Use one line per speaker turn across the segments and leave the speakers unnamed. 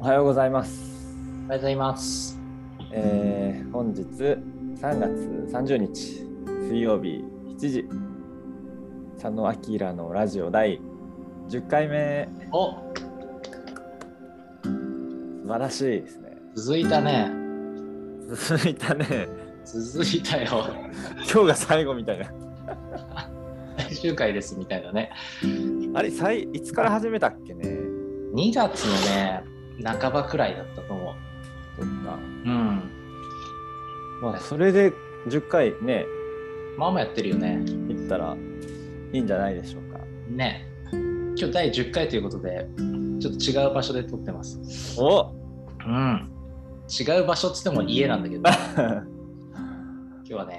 はようございます。
おはようございます。
えー本日3月30日水曜日7時佐野明のラジオ第10回目
お、
素晴らしいですね。
続いたね。
続いたね。
続いたよ。
今日が最後みたいな。
最終回ですみたいなね。
あれ最いつから始めたっけね。
2月のね、半ばくらいだったと思う。
そっか。
うん。
まあそれで10回ね
まあまあやってるよね。
行ったらいいんじゃないでしょうか。
ね。今日第10回ということで、ちょっと違う場所で撮ってま す。
お。
うん。違う場所っつっても家なん だけど、今日はね、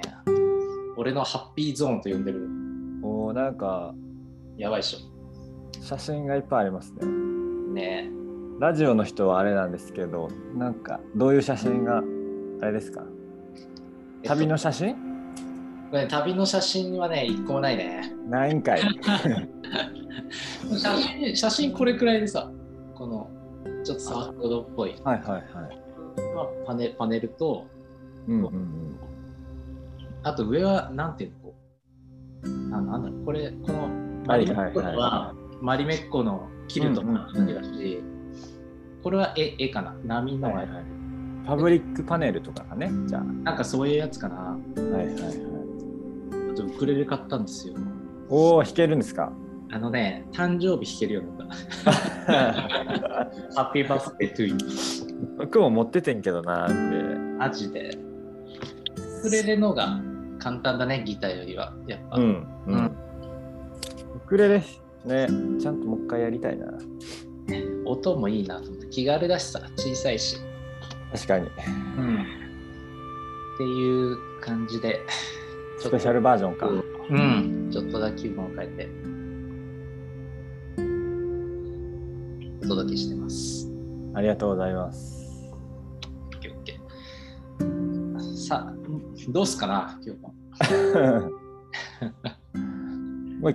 俺のハッピーゾーンと呼んでる。
おーなんか
やばいっし
写真がいっぱいありますね。
ょ。ね
ラジオの人はあれなんですけど、なんかどういう写真があれですか？
え
旅の
えっ
写真？
とね旅の写真はね、一個もないね。
ないんか い。
写真写真これくらいでさこのちょっとサークルっぽい、
はいはいはい。
まあ、パネパネルと
うんうんうん。
あと上はなんていうのこうあなんだろうこれこのマ
はい
リメ
はい
ッコの
は
はマリメッコのキルトも好きだし、これは絵絵かな波
い。は
の絵、
いはい。パブリックパネルとかがね、じゃあ。
なんかそういうやつかな
はいはいはい。
あとウクレレ買ったんですよ
おお、弾けるんですか？
あのね誕生日弾けるようになったハッピーバースデートゥーユー
僕も持っててんけどなーっ
マジでウクレレのが簡単だねギターよりはやっぱ、
て。うんう
うん
ん。ウクレレね、ちゃんともう一回やりたいな。
音もいいなと思って気軽だしさ小さいし、
確かに。
っていう感じで
スペシャルバージョンか。
うんちょっとだけ気分を変えてお届けしてます
ありがとうございます。
オッケーオッケーさあどうすかな今日も
まあ、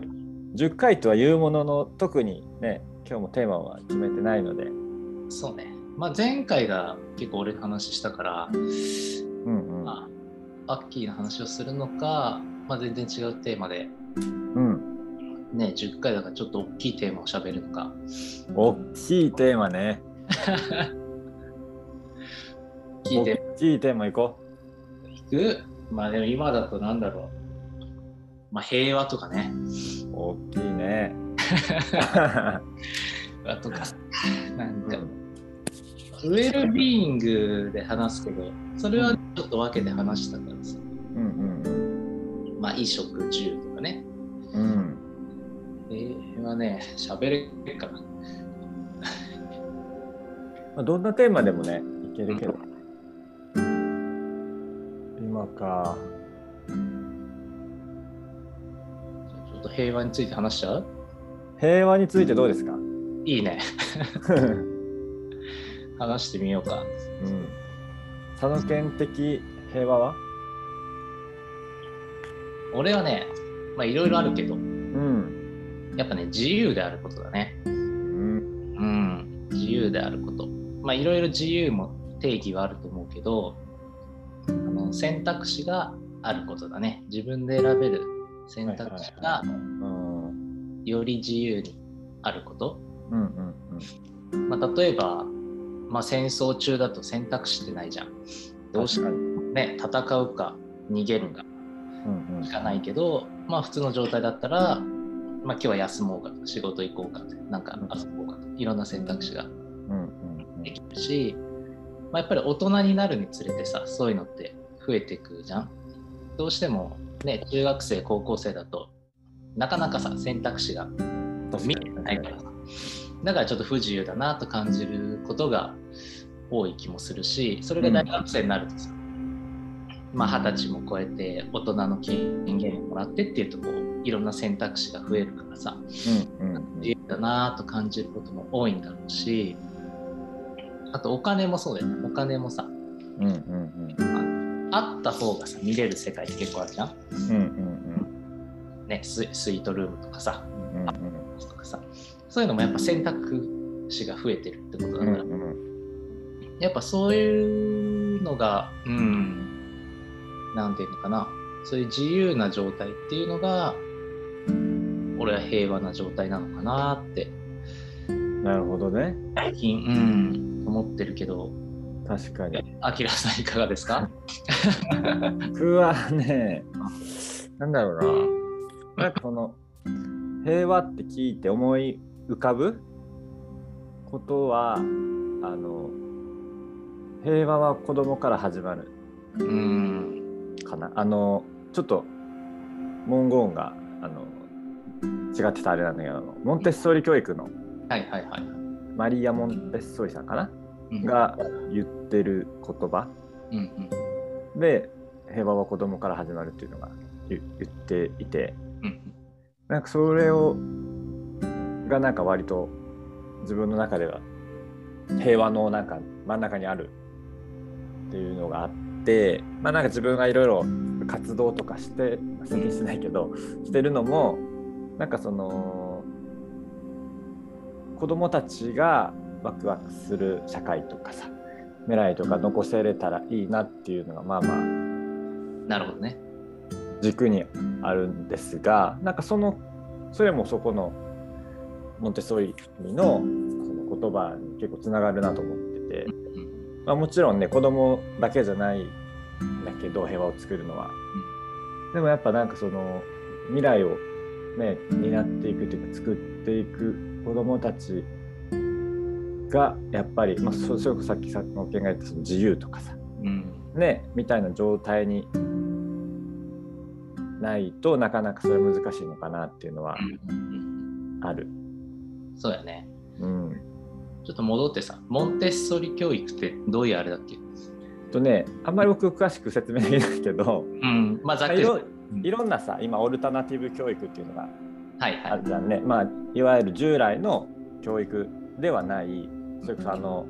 10回とは言うものの特にね今日もテーマは決めてないので、
そうねまあ前回が結構俺の話したから、
うんうん
まあ、アッキーの話をするのか、まあ、全然違うテーマで
うん、
ね10回だからちょっと大きいテーマを喋るのか
大きいテーマね
聞いて
大きいテーマいこ
いくまあでも今だとなんだろうまあ平和とかね
う大きいね
あとかなん
う
か、
ん
ウェルビーイングで話すけどそれはちょっと分けて話したからさ
うん
まあ衣食住とかね
うんうん
平和ね喋れるかな
まあどんなテーマでもねいけるけど今か
ちょっと平和について話しちゃう
平和についてどうですか、
いいね
うん、
話してみようか
佐野県的平和は
俺はねまあいろいろあるけど
うん、
やっぱね自由であることだね
うん、
うん、自由であること。まあいろいろ自由も定義はあると思うけどあの選択肢があることだね。自分で選べる選択肢が
うん
より自由にあること。
うんうんうん
まあ、例えば、まあ、戦争中だと選択肢ってないじゃん。どうし
確かに
ね戦うか逃げるか
うんうん
しかないけど、まあ、普通の状態だったら、まあ、今日は休もうか仕事行こうかなんか遊ぼうかといろんな選択肢が
うんうん
できるし、まあ、やっぱり大人になるにつれてさそういうのって増えてくじゃんどうしてもね中学生高校生だとなかなかさ選択肢が
確か
見
に
えてないからさだからちょっと不自由だなと感じることが多い気もするしそれが大学生になるとさ、まあ、二十歳も超えて大人の権限をもらってっていうとこういろんな選択肢が増えるからさ、
うんうんうん
自由だなぁと感じることも多いんだろうしあとお金もそうだよねお金もさ
うんうん
あった方がさ見れる世界って結構あるじゃん
うんうんうん
ねススイートルームとかさ
うんうん
とかさそういうのもやっぱ選択肢が増えてるってことだから、
うんうん
やっぱそういうのが、うん、なんていうのかな、そういう自由な状態っていうのが、俺は平和な状態なのかなって、
なるほどね。
最近、うん、思ってるけど、
確かに。
アキラさんいかがですか
僕はね、なんだろうな。なんかその、平和って聞いて思い浮かぶことは、あの、平和は子供から始まる
うん、
かな。あの、ちょっと文言が、あの、違ってたあれなんだけど、モンテッソーリ教育の
はいはいはい。
マリア・モンテッソーリさんかな
うん、
が言ってる言葉
うんうん
で平和は子供から始まるっていうのが言言っていて
うん
なんかそれをがなんか割と自分の中では平和のなんか真ん中にあるっていうのがあってまあなんか自分がいろいろ活動とかしてまあ最近してないけどしてるのもなんかその子供たちがワクワクする社会とかさ未来とか残せれたらいいなっていうのがまあまあ
うんなるほどね。
軸にあるんですがなんかそのそれもそこのモンテッソーリのその言葉に結構つながるなと思ってて、
うん
まあ、もちろんね子供だけじゃないんだけど平和を作るのは。でもやっぱなんかその未来をね担っていくというか作っていく子供たちがやっぱり、まあ、そそれこそさっきさっきの件が言ったその自由とかさ
うん
ねみたいな状態にないとなかなかそれは難しいのかなっていうのは
うんうん
ある。
うんそうやね。
うん、
ちょっと戻ってさ、モンテッソリ教育ってどういうあれだっけ
とねあんまり僕詳しく説明できないけど
うん、まあざっ
まあ
く
い
り。
ろ
うん
いろんなさ今オルタナティブ教育っていうのが
はいは
あ
い
る。じゃんね、まあ、いわゆる従来の教育ではないそれこそあの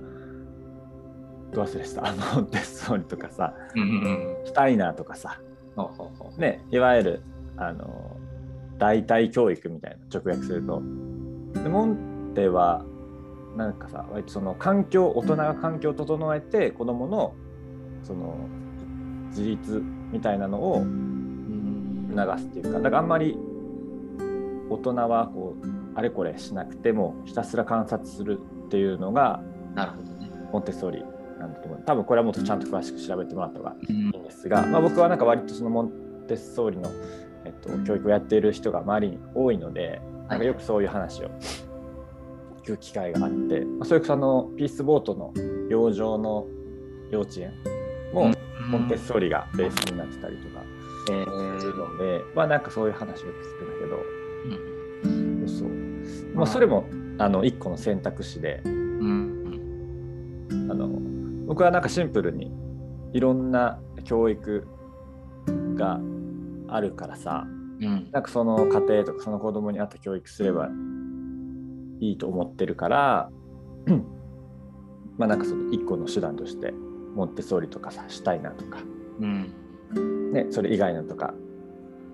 どう忘れしたあのデッソーリとかさ
うんうんうん。
スタイナーとかさ
ほうほうほう
ね、いわゆるあの代替教育みたいな直訳すると。でモンテはなんかさ割とその環境大人が環境を整えて子どものその自立みたいなのを
うん
促すっていうかだからあんまり大人はこうあれこれしなくてもひたすら観察するっていうのが
なるほどね。
モンテッソーリなんだと思う多分これはもっとちゃんと詳しく調べてもらった方が
うん
いいんですが、まあ、僕はなんか割とそのモンテッソーリの、えっと、教育をやっている人が周りに多いのでなんかよくそういう話を聞く機会があって、まあ、それこそあのピースボートの洋上の幼稚園もモンテッソーリがベースになってたりとか
え
する
ー
ので、まあ、なんかそういう話をよく聞くんだけど
うん
そうそう、まあ、それもあの一個の選択肢で
うん
あの僕はなんかシンプルにいろんな教育があるからさ
うん
なんかその家庭とかその子供に合った教育すればいいと思ってるから うんまあなんかその一個の手段としてモンテッソーリとかさシュタイナーとか、
うん
ね、それ以外のとか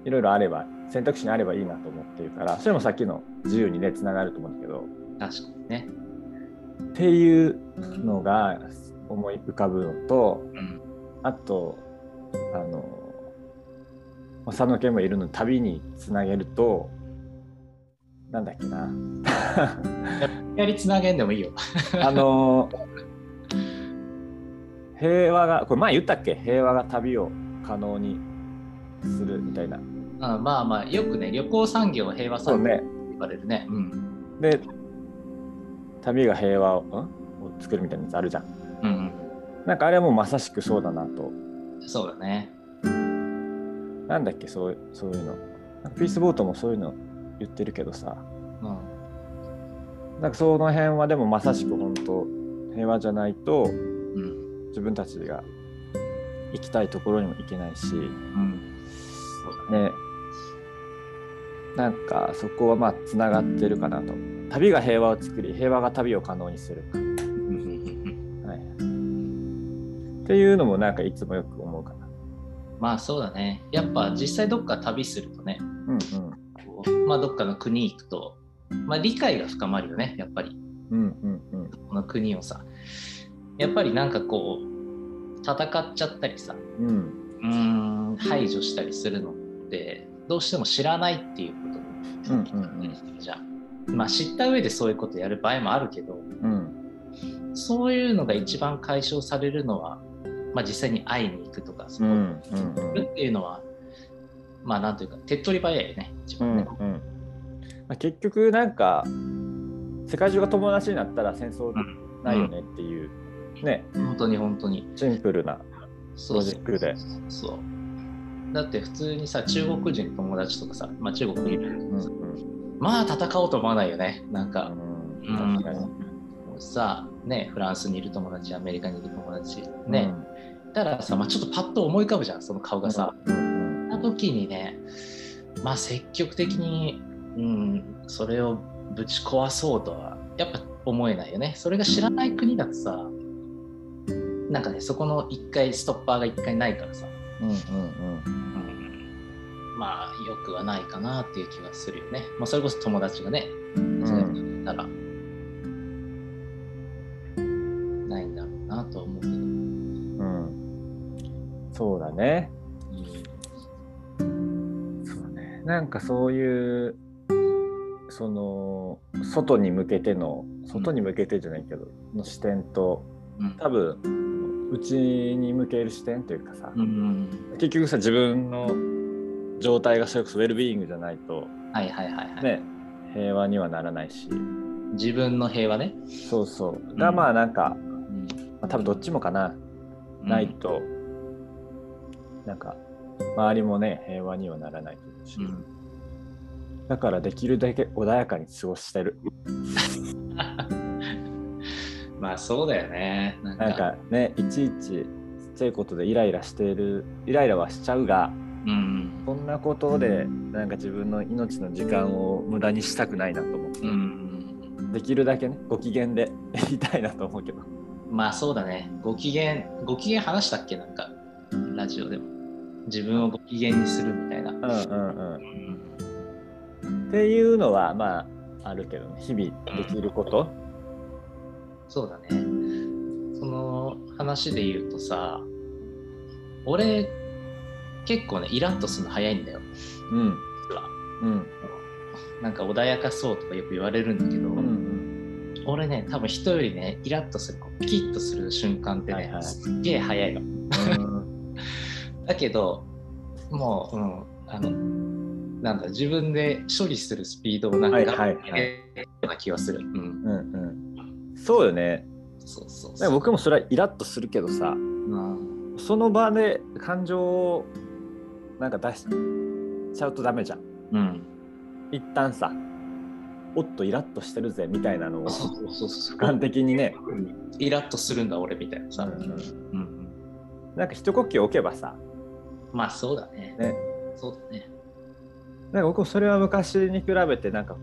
いろいろあれば選択肢にあればいいなと思ってるからそれもさっきの自由にねつながると思うんだけど
確かにね。
っていうのが思い浮かぶのと
うん
あとあの佐野県もいるのに旅につなげるとなんだっけな
やりつなげんでもいいよ。
あの平和がこれ前言ったっけ平和が旅を可能にするみたいな
うんまあまあ、よくね、旅行産業は平和
そう
産業っ
ね
て言われるね。うん
で旅が平和をんを作るみたいなやつあるじゃん
うん
なんかあれはもうまさしくそうだなと
うんそうだね。
なんだっけそうそういうのなんかピースボートもそういうの言ってるけどさ
うん
なんかその辺はでもまさしく本当平和じゃないと
うん
自分たちが行きたいところにも行けないし
うんそうだね
ねなんかそこはまあつながってるかなと旅が平和を作り平和が旅を可能にするか、
うんうんうんうん
はい、っていうのもなんかいつもよく思うかな
まあそうだね。やっぱ実際どっか旅するとね、
うん
こうまあどっかの国行くと、まあ理解が深まるよね、やっぱり。
うんうんうん
この国をさ。やっぱりなんかこう戦っちゃったりさ
うん
うーん排除したりするのってどうしても知らないっていうことに
うんうん
じゃあまあ知った上でそういうことやる場合もあるけど
うん
そういうのが一番解消されるのは、まあ、実際に会いに行くとかそこに
うんうんうん
行くっていうのは、まあなんというか手っ取り早いよね一
う
番
んう
ね
ん。まあ、結局なんか世界中が友達になったら戦争ないよねっていう、ね
本当に本当に
シンプルな
そう
ロジックで
そうだって普通にさ中国人の友達とかさ、まあ、中国にいる
う
け
んう
ど
ん
さまあ戦おうと思わないよねなんか、
うん確かに
さねフランスにいる友達アメリカにいる友達ね、だからさ、まあ、ちょっとパッと思い浮かぶじゃんその顔
うん
がさ、
うん
そんな時にねまあ積極的に、うん、それをぶち壊そうとはやっぱ思えないよねそれが知らない国だとさなんかねそこの一回ストッパーが一回ないからさ、
うんうん
うんまあよくはないかなっていう気がするよね、まあ、それこそ友達がね
うん
そうういうんのだったら、ないんだろうなとは思うけど、うん
うんそうだねそうねなんかそういうその外に向けての外に向けてじゃないけど、の視点と
うん
多分うちに向ける視点というかさ、
うん、
結局さ自分の状態がそれこそウェルビーイングじゃないと、
はいはいはいはい、
ね、平和にはならないし
自分の平和ね、
そうそうがまあなんか、
うん
まあ多分どっちもかな、ないとなんか周りもね平和にはならないと思うし、
うん
だからできるだけ穏やかに過ごしてる
まあそうだよねなんか
なんかねいちいちちっちゃいことでイライラしているイライラはしちゃうが
うん
そんなことでなんか自分の命の時間を無駄にしたくないなと思って
うん、うん、
できるだけねご機嫌で いたいなと思うけど
まあそうだねご機嫌ご機嫌話したっけなんかラジオでも自分をご機嫌にするみたいな、
うんうん
う
うんっていうのはまああるけどね日々できること
そうだね。その話で言うとさ、俺、結構ね、イラッとするの早いんだよ、
うん
実は。
うん
なんか穏やかそうとかよく言われるんだけど、
うん
俺ね、多分人よりね、イラッとする、こうピキッとする瞬間ってね、
はいはい
すっげえ早いの。だけど、もう、うん、あの、なんだ、自分で処理するスピードをなんか、
はいはいはい
ような気がする。うん。
うんうんそうよね
そうそう
なん
そ
か
う。
僕もそれはイラッとするけどさ
うん
その場で感情をなんか出しちゃうとダメじゃん
うん。
一旦さおっとイラッとしてるぜみたいな のを
そう
俯
そうそうそう。
瞰的にね、
イラッとするんだ俺みたいなさ、
うん
うんうん
なんか一呼吸置けばさ
まあそうだね
ね
そうだね
なんか僕もそれは昔に比べてなんか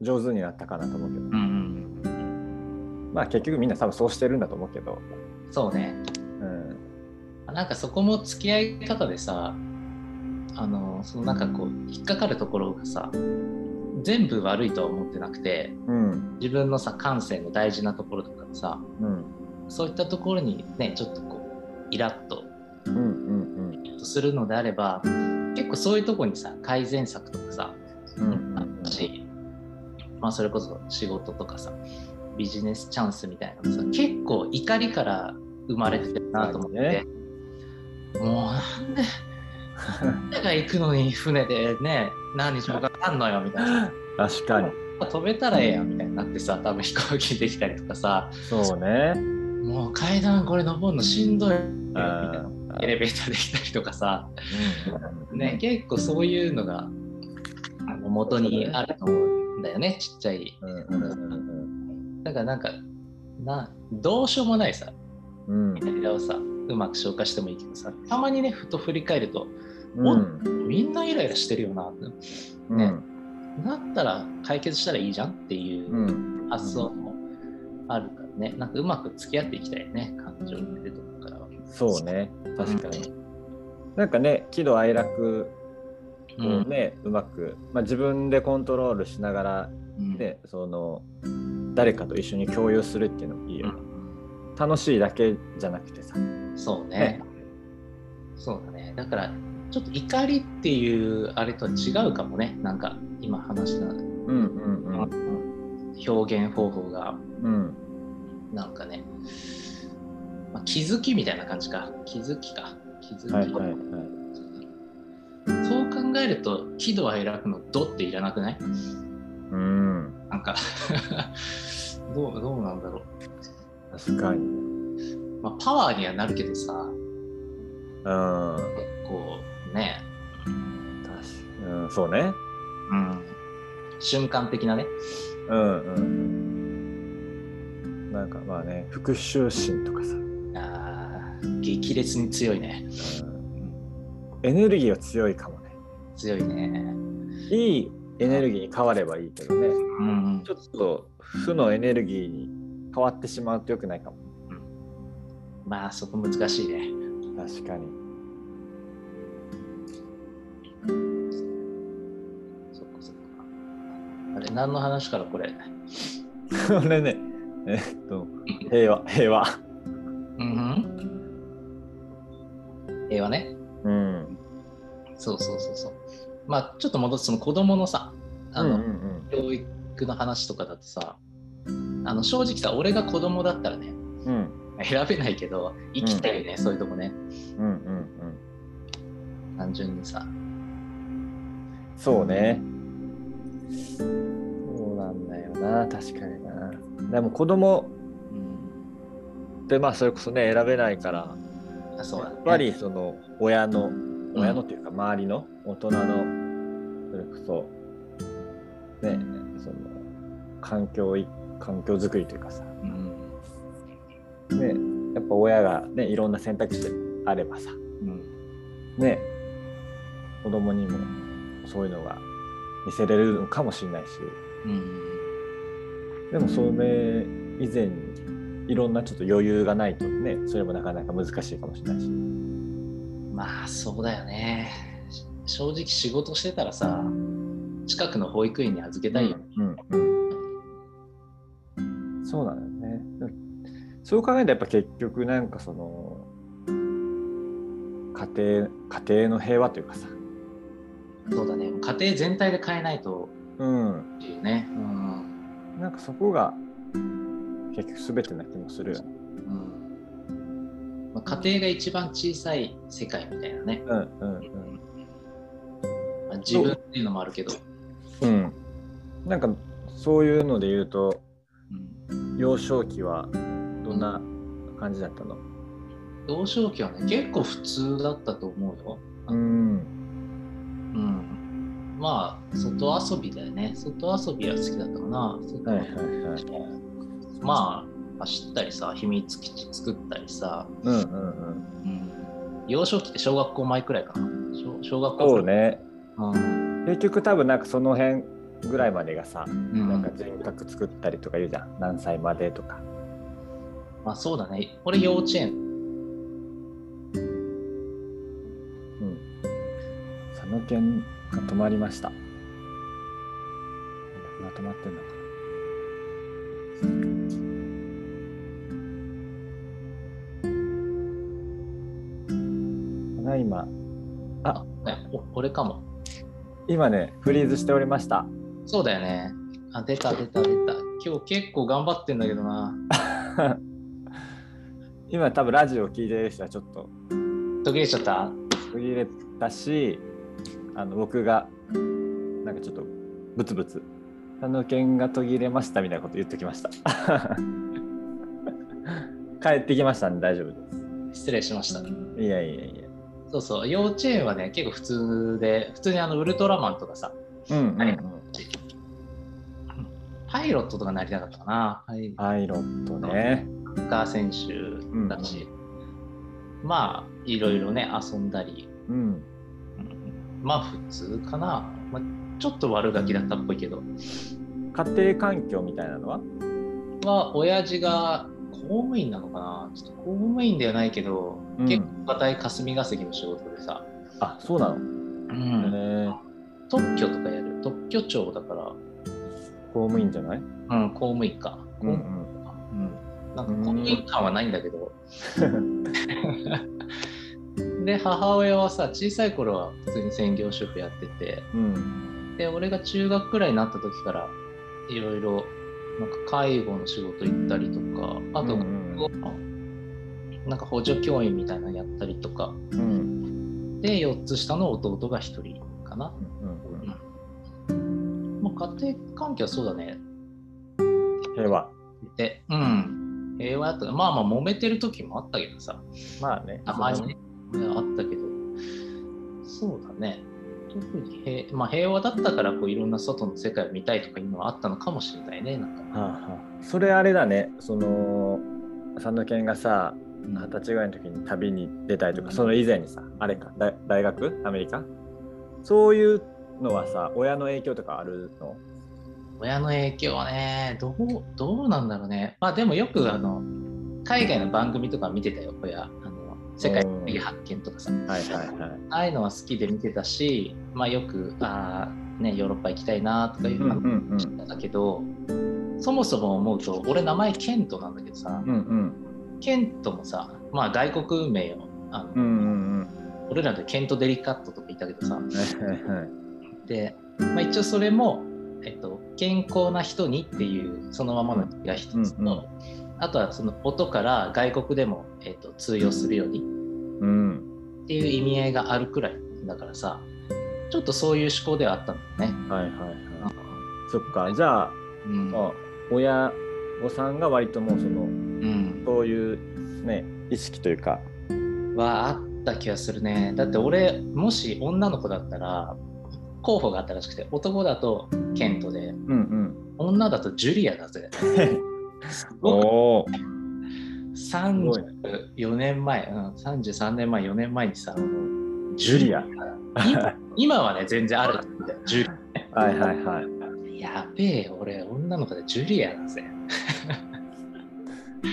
上手になったかなと思うけど
うんうんうん
まあ結局みんな多分そうしてるんだと思うけど、
そうね
うん、
なんかそこも付き合い方でさあのそのなんかこう引っかかるところがさ全部悪いとは思ってなくて
うん、
自分のさ感性の大事なところとかさ
うん、
そういったところにねちょっとこうイラッと
うん、うん、
するのであれば結構そういうとこにさ改善策とかさ
うん、うん、
あるし、まあ、それこそ仕事とかさビジネスチャンスみたいなのさ結構怒りから生まれてるなと思って、もうなんで船が行くのに船でね何日もかかんのよみたいな
確かに。
飛べたらええやんみたいになってさ多分飛行機できたりとかさ
そうね。
もう階段これ登るのしんどいよみたいな
うん
エレベーターできたりとかさね、結構そういうのがあの元にあると思うんだよねちっちゃい
うん、うん、うん、
だからなんかなどうしようもないさ
うん、
枝をさうまく消化してもいいけどさたまにねふと振り返ると
うん、
みんなイライラしてるよなって
うん、、
ねなったら解決したらいいじゃんっていううん発想もあるからねなんかうまく付き合っていきたいよね感情が出てくるからは
そうね。確かに。なんかね、喜怒哀楽
う
を
ん
ね、うまく、まあ、自分でコントロールしながら、
うん
で、その。誰かと一緒に共有するっていうのもいいうよね。
ん
楽しいだけじゃなくてさ、
そうね
ね
そうだねだからちょっと怒りっていうあれとは違うかもねなんか今話した、
うんうん
表現方法が
うんうん
なんかね、まあ、気づきみたいな感じか気づきか気づき、
はいはいはい
そう考えると喜怒哀楽の「ど」っていらなくない
うん
なんか どうどうなんだろ
確かに
う、まあ、パワーにはなるけどさ
うん
結構ね、
確かうんそうね
うん、瞬間的なね
うんうんなんかまあね復讐心とかさ、
あー激烈に強いね
エネルギーは強いかもね
強いね
いいエネルギーに変わればいいけどね
うん
ちょっと負のエネルギーに変わってしまうと良くないかも
まあそこ難しいね
確かに
そっかそっかあれ何の話からこ れ
これねえっと平和平和
うん平和ね
うん
そうそうそうそうまあちょっと戻ってその子供のさあの、
うんうん
教育の話とかだとさあの正直さ俺が子供だったらね
うん
選べないけど行きたいよね、そういうとこね
うんうんうん
単純にさ
そうね。そうなんだよな、確かにな。でも子供
うん
ってまあそれこそね選べないから、
あそう
や
だ、ね、
っぱりその親の、
ん
親のというか周りの大人のそれこそねその環境い環境づくりというかさ、
うん、
ねやっぱ親がねいろんな選択肢あればさ、
うん、
ね子供にもそういうのが見せれるのかもしれないし。
うん
でもそれ以前にいろんなちょっと余裕がないとねそれもなかなか難しいかもしれないし
まあそうだよねし正直仕事してたらさ近くの保育園に預けたいよね、
うんうんそうなんだよねでもそう考えるとやっぱ結局なんかその家庭家庭の平和というかさ
そうだね家庭全体で変えないと
うん
っていうねうん、
なんかそこが結局全てな気もするよね
うんまあ、家庭が一番小さい世界みたいなね、
うんうん
まあ、自分っていうのもあるけど、
うんうんなんかそういうので言うと
うん
幼少期はどんな感じだったの
幼少期はね結構普通だったと思うよ、
うん
うん、まあ外遊びだよね外遊びは好きだったかな、
はいはいはい。
まあ走ったりさ秘密基地作ったりさ、
うんうんうん。
幼少期って小学校前くらいかな小小学校
そうね。
うん
結局多分なんかその辺ぐらいまでがさ、
うん
なんか人格作ったりとか言うじゃん。何歳までとか。
まあそうだね俺幼稚園
うん。その件が止まりました。まとまってんのかな。ただ今、
あねお俺かも
今ね、フリーズしておりました。
そうだよねあ出た出た出た今日結構頑張ってんだけどな
今多分ラジオ聞いてる人はちょっと
途切れちゃった
途切れたしあの僕がなんかちょっとブツブツ「あの剣が途切れました」みたいなこと言ってきました 帰ってきましたんで大丈夫で
失礼しました
すいやいやいや
そうそう幼稚園はね結構普通で普通にあのウルトラマンとかさ
うんうん、
はいパイロットとかなりたかったかな、はい、
パイロットね
サッカー選手だし、まあいろいろね遊んだり
うん
まあ普通かな、まあ、ちょっと悪ガキだったっぽいけど
家庭環境みたいなのは
は親父が公務員なのかなちょっと公務員ではないけど、
うん
結構硬い霞が関の仕事でさ、
あそうなの、へえ
特許とかやる特許庁だから、
公務員じゃない
うん、公務員か、
うん
うんなんか国民感はないんだけ ど。で母親はさ小さい頃は普通に専業主婦やってて
うん。
で俺が中学くらいになった時からいろいろなんか介護の仕事行ったりとかあと、
うん
なんか補助教員みたいなのやったりとか
うん。うん。
で4つ下の弟が1人かな、
うん。
まあ、家庭環境はそうだね
平和。
でうん平和やったまあまあ揉めてる時もあったけどさ
まあね。
たまにねあったけどそうだね特に平,、まあ、平和だったからこういろんな外の世界を見たいとかいうのはあったのかもしれないねなんか
はあはあ、それあれだねその佐野健がさ
うん
二十歳ぐらいの時に旅に出たりとかその以前にさあれか大大学アメリカそういうのはさ親の影響とかあるの
親の影響はねどうどうなんだろうねまあでもよくあの海外の番組とか見てたよ親あの世界のいい発見とかさ
はいはいはい。
ああいうのは好きで見てたし、まあ、よくあー、ね、ヨーロッパ行きたいなとかいう
うんう
話も
ん
してたんだけど、そもそも思うと俺名前ケントなんだけどさ、
うんうん
ケントもさ、まあ、外国名よあの、
うんうん
俺らでケント・デリカットとか言ったけどさ
うんはいはいはい
で、まあ、一応それも、えっと、健康な人にっていうそのままの意味が一つと、
うんうん
あとはその音から外国でも、えっと、通用するように
うん
っていう意味合いがあるくらいだからさちょっとそういう思考ではあったんだよね。
はいはいはいそっかじゃあ,、
うん
まあ親御さんが割ともうその
うん、
そういうね意識というか
はあった気がするねだって俺もし女の子だったら候補があったらしくて男だとケントで
うん
女だとジュリアだ ぜす
うん
ごく
おーごい
34年前、うん、33年前4年前にさ
ジュリア
今今はね全然あるんだよジュ
はいはいはい
リやべえ俺女の子でジュリアだぜ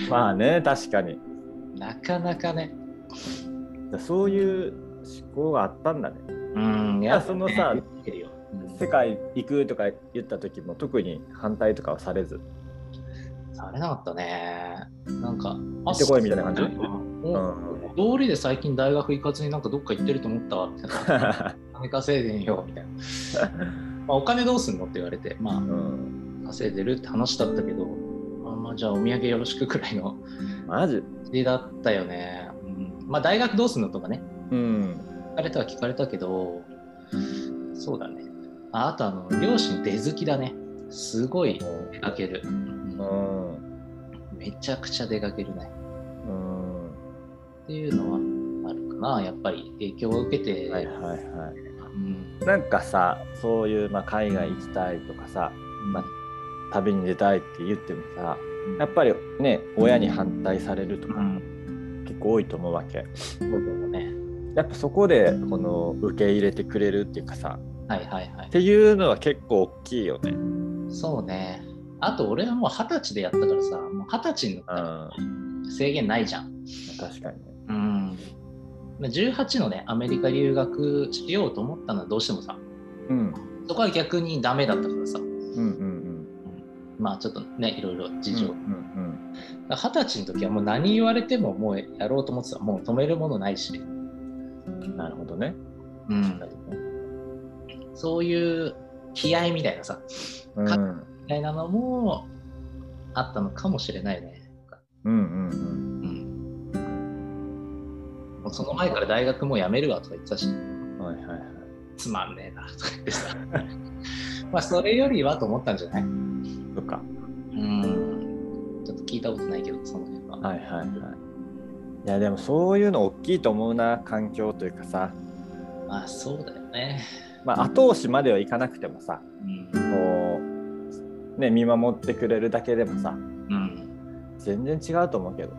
まあね確かに
なかなかね
だそういう思考があったんだね
うん
やそのさ
ね見てるようん
世界行くとか言った時も特に反対とかはされず
されなかったね。なんか、行
ってこいみたいな感じ
うん、道理で最近大学行かずになんかどっか行ってると思ったわみたいな。金稼いでんよみたい な。まあ、お金どうすんのって言われて、ま
うん
あ、稼いでるって話だったけど、あんまあじゃあお土産よろしくくらいの
マジ
感じだったよね。うん、まあ、大学どうすんのとかね、
うん
聞かれたは聞かれたけど、そうだね。ああと、あの、両親出好きだね。すごい出かける。
う
うん
ん
めちゃくちゃ出かけるね。
うん
っていうのはあるかなやっぱり影響を受けて、
はいはいはい
うん
なんかさそういう、まあ、海外行きたいとかさ
まあ
旅に出たいって言ってもさやっぱりね親に反対されると
う
か
ん
結構多いと思うわけ
そうだよね
やっぱそこでこの受け入れてくれるっていうかさ
はいはいはい
っていうのは結構大きいよね
そうねあと俺はもう二十歳でやったからさもう二十歳になったら制限ないじゃん、
確かにね
うん、まあ18のねアメリカ留学しようと思ったのはどうしてもさ
うん
そこは逆にダメだったからさ
うんうん
まあちょっとねいろいろ
うん
事情
うんうん
だから二十、歳の時はもう何言われてももうやろうと思ってたもう止めるものないし、
うんなるほどね
うん、そういう気合みたいなさ
うんうん
みたいなのもあったのかもしれないね。
うんうん
うん、もうその前から大学もう辞めるわとか言ってたし、
はいはいはい
つまんねえなとか言ってさ、まあそれよりはと思ったんじゃない
そっか
うん。ちょっと聞いたことないけど、その辺は。
はいはいはいいやでもそういうの大きいと思うな環境というかさ
まあそうだよね。
まあ後押しまではいかなくてもさ
うん。
こうね見守ってくれるだけでもさ
うん、
全然違うと思うけど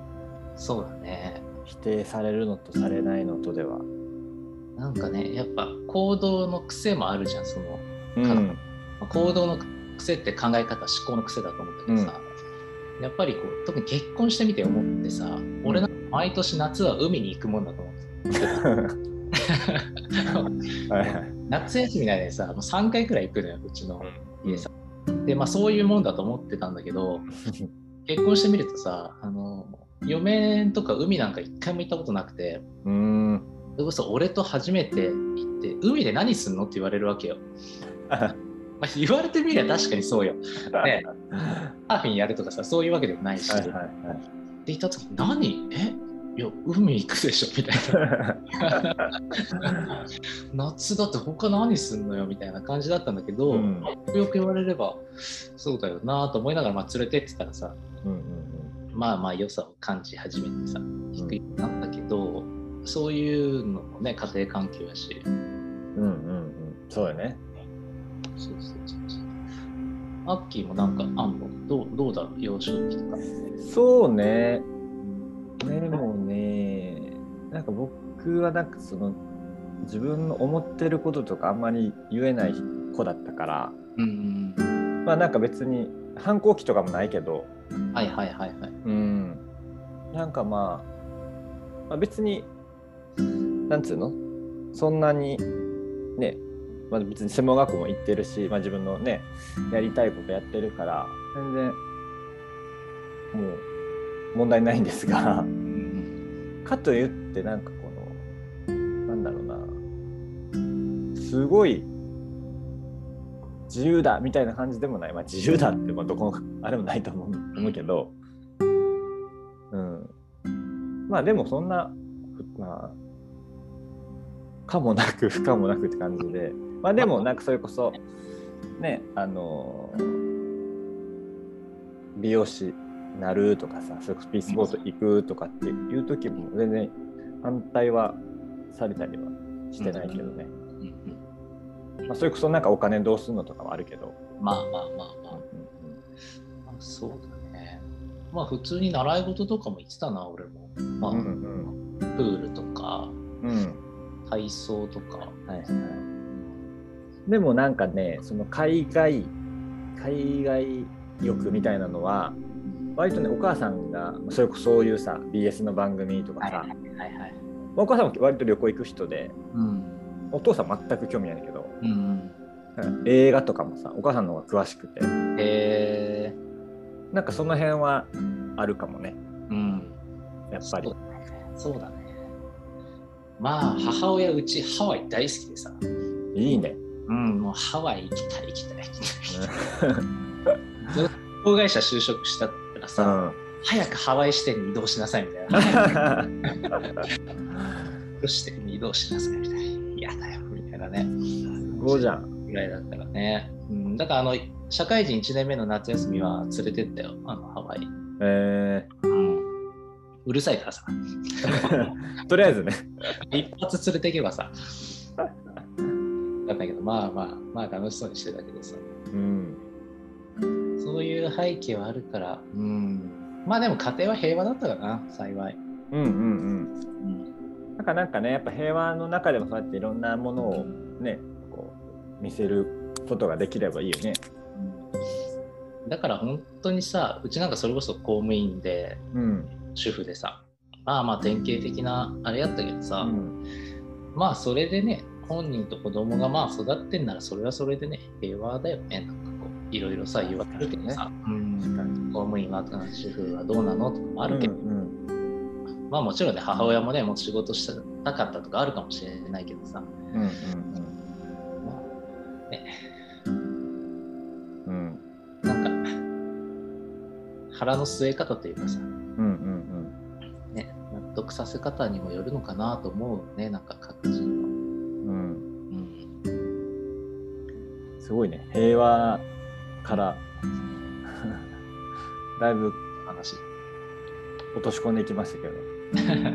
そうだね。
否定されるのとされないのとでは
なんかね、やっぱ行動の癖もあるじゃん、その。
うん
まあ行動の癖って考え方思考の癖だと思ったけどさ、やっぱりこう特に結婚してみて思ってさ、俺なんか毎年夏は海に行くもんだと思って
はいはい
夏休みなでさもう3回くらい行くのようちの
うん
家さ、でまあそういうもんだと思ってたんだけど結婚してみるとさあの嫁とか海なんか一回も行ったことなくて
うーん。
それこそ俺と初めて行って海で何すんのって言われるわけよ、まあ、言われてみりゃ確かにそうよねサーフィンやるとかさそういうわけでもないし、
はい
で
はい
行った時何えいや海行くでしょみたいな
は
夏だって他何すんのよみたいな感じだったんだけど、
い。うん
よく言われればそうだよなと思いながら、まあ、連れてってたらさ
うんうん
まあまあ良さを感じ始めてさ低くなったけど、そういうのもね家庭環境やし
うんうんうんうん。そうよね。
そうそうそうそうアッキーもなんかあんのどうどうだろう幼少期とか
そうね。でもね、なんか僕はなんかその自分の思ってることとかあんまり言えない子だったから、
うん
まあなんか別に反抗期とかもないけど、
うんはいはいはいはい
うん、なんかまあ、まあ、別になんつうのそんなにね、まあ、別に専門学校も行ってるし、まあ、自分のねやりたいことやってるから全然もう問題ないんですが
うん
かといってなんかこのなんだろうなすごい自由だみたいな感じでもない、まあ、自由だってまあどこの あれもないと思う思うけど。うん、まあでもそんな、ふまあ、かもなく不可もなくって感じで、まあでもなんかそれこそ、ね、あの美容師なるとかさ、それこそピースボート行くとかっていう時も全然反対はされたりはしてないけどね、
うんうん
まあ、それこそなんかお金どうすんのとかはあるけど、
まあまあまあまあまあそうだねまあ普通に習い事とかも行ってたな俺もまあ、
うんうん
プールとか
うん、うん、
体操とか
はいはい。でもなんかねその海外海外欲みたいなのは割とねお母さんがそれこそそういうさ BS の番組とか
はい
さ、
はいはいはい
お母さんも割と旅行行く人で
うん
お父さん全く興味ないんだけど
うん
なんか映画とかもさお母さんの方が詳しくて
へえ
なんかその辺はあるかもね
うん
やっぱり
そうだねそうだねまあ母親うちハワイ大好きでさ
いいね
うんもうハワイ行きたい行きたい行きたい子会社就職したら
う
さ、
ん
早くハワイ支店に移動しなさいみた いな早く
う
ハワイ支店に移動しなさいみたいな嫌だよみたいなね
ごじゃん
ぐらいだったらね、うん、だからあの社会人1年目の夏休みは連れてったよあのハワイ、
え
うん、うるさいからさ
ー、 とりあえずね
一発連れてけばさだったけどまあまあまあ楽しそうにしてたけどさ
うん
そういう背景はあるからうんまあでも家庭は平和だったかな幸い、
うんうんうん
うん、
なんかなんかねやっぱ平和の中でもそうやっていろんなものをねこう見せることができればいいよね。
だから本当にさうちなんかそれこそ公務員で
うん。
主婦でさまあまあ典型的なあれやったけどさ、
うん
まあそれでね本人と子供がまあ育ってんならそれはそれでね平和だよねなんかこういろいろさ言われるけどさ、うん公務員は主婦はどうなのとかもあるけど、
うん
まあもちろんね母親もねもう仕事したなかったとかあるかもしれないけどさ、
うんうん
ま
うんうん
あ、なんか腹の据え方というかさ
うんうん
ね納得させ方にもよるのかなと思うねなんか各人
う
の、
ん
うん、
うんすごいね平和から だいぶ
話。
落とし込んでいきましたけど。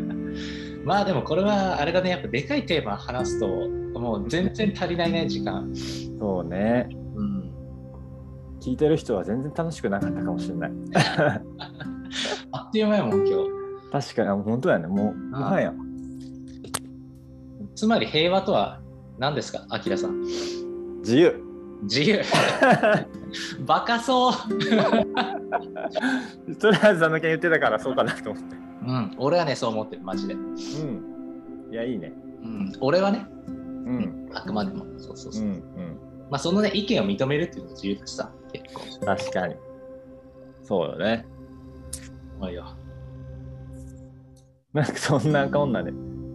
まあでもこれはあれだねやっぱでかいテーマ話すともう全然足りないね時間、
そうね
うん、
聞いてる人は全然楽しくなかったかもしれない。
あっという間やもん今日
確かにあ本当やねもう
あ
ご
ー
飯や。
つまり平和とは何ですかあきらさん
自由
自由バカそう、
とりあえずあの件言ってたからそうかなと思って。
うん、俺はねそう思ってるマジで、う
うん。いや、いいね。
ん、俺はね、
うん。
あくまでもそうそう
う
そう、
ん、うん。
まあそのね意見を認めるっていうのが自由だしさ結構
確かに。そうよね。
思うよ。
なんかそんなこんなで、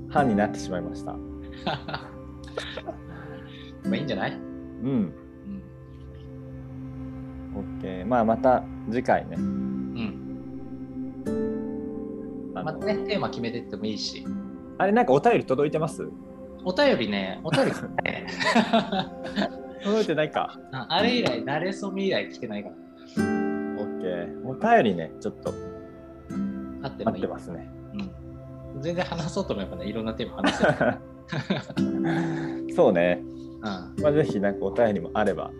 班になってしまいました。う
まあいいんじゃない、
ん。
うん、
OK。まあまた次回ね。
うん。
あの
またね、テーマ決めてってもいいし。
あれなんかお便り届いてます
お便りね、お便り来ないね
届いてないか。
ああれ以来、慣れそめ以来来てないから。
OK。お便りね、ちょっと
あって
待
もい
っ
い。
てますね。
うん、全然話そうと思えばね、いろんなテーマ話 せる。
そうね。
うん、
まあぜひなんかお便りもあれば。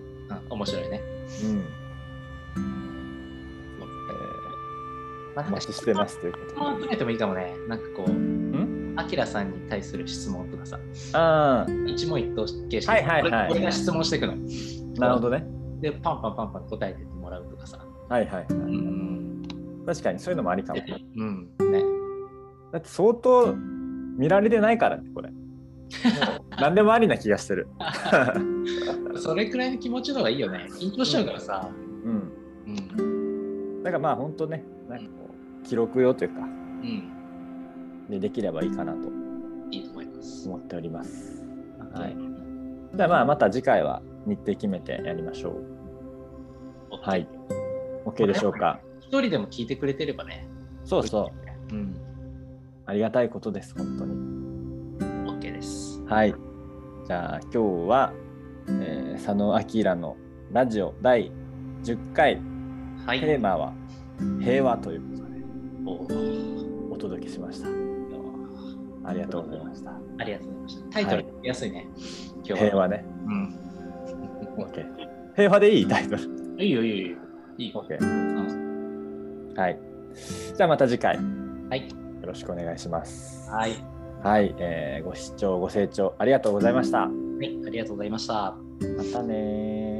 うん、面白いね。
うん。え
まあ。
ー、お待ちしてますすというこ
質問をくれてもいいかもね。なんかこう、
とで。ん
アキラさんに対する質問とかさ、
あ
一問一答形式
はいはいはい
俺俺が質問していくの。
あ、なるほどね。
で、パンパンパンパン答えてってもらうとかさ。
はいはい。
うん。
確かにそういうのもありかも。
うん、ね。
だって相当見られてないからね、これ。もう何でもありな気がしてる。
それくらいの気持ちの方がいいよね。緊張しちゃうからさ。
うん。
うん。
だからまあ本当ね、なんかこう、記録用というか、
うん。
でできればいいかなと
いいと思います。
思っております。はい
い。
じゃあまあまた次回は日程決めてやりましょう。はい。。OK でしょうか。
一人でも聞いてくれてればね。
そうそう。
う。うん。
ありがたいことです、本当に。
OK です。
はい。じゃあ今日は、えー佐野明のラジオ第10回、
はい。
テーマは平和ということで
おー
お届けしました。ありがとうございました。
ありがとうございました。タイトル見やすいね。今日は。
平和ね。
うん。
OK。平和でいいタイトル。
いいよ、いいよ、いいよ。いいよ。
OK。
うん
はい。じゃあまた次回よ
はい。
ろしくお願いします。
はい。
はい、えーご視聴、ご清聴ありがとうございました。ま
はい。ありがとうございました。
たねー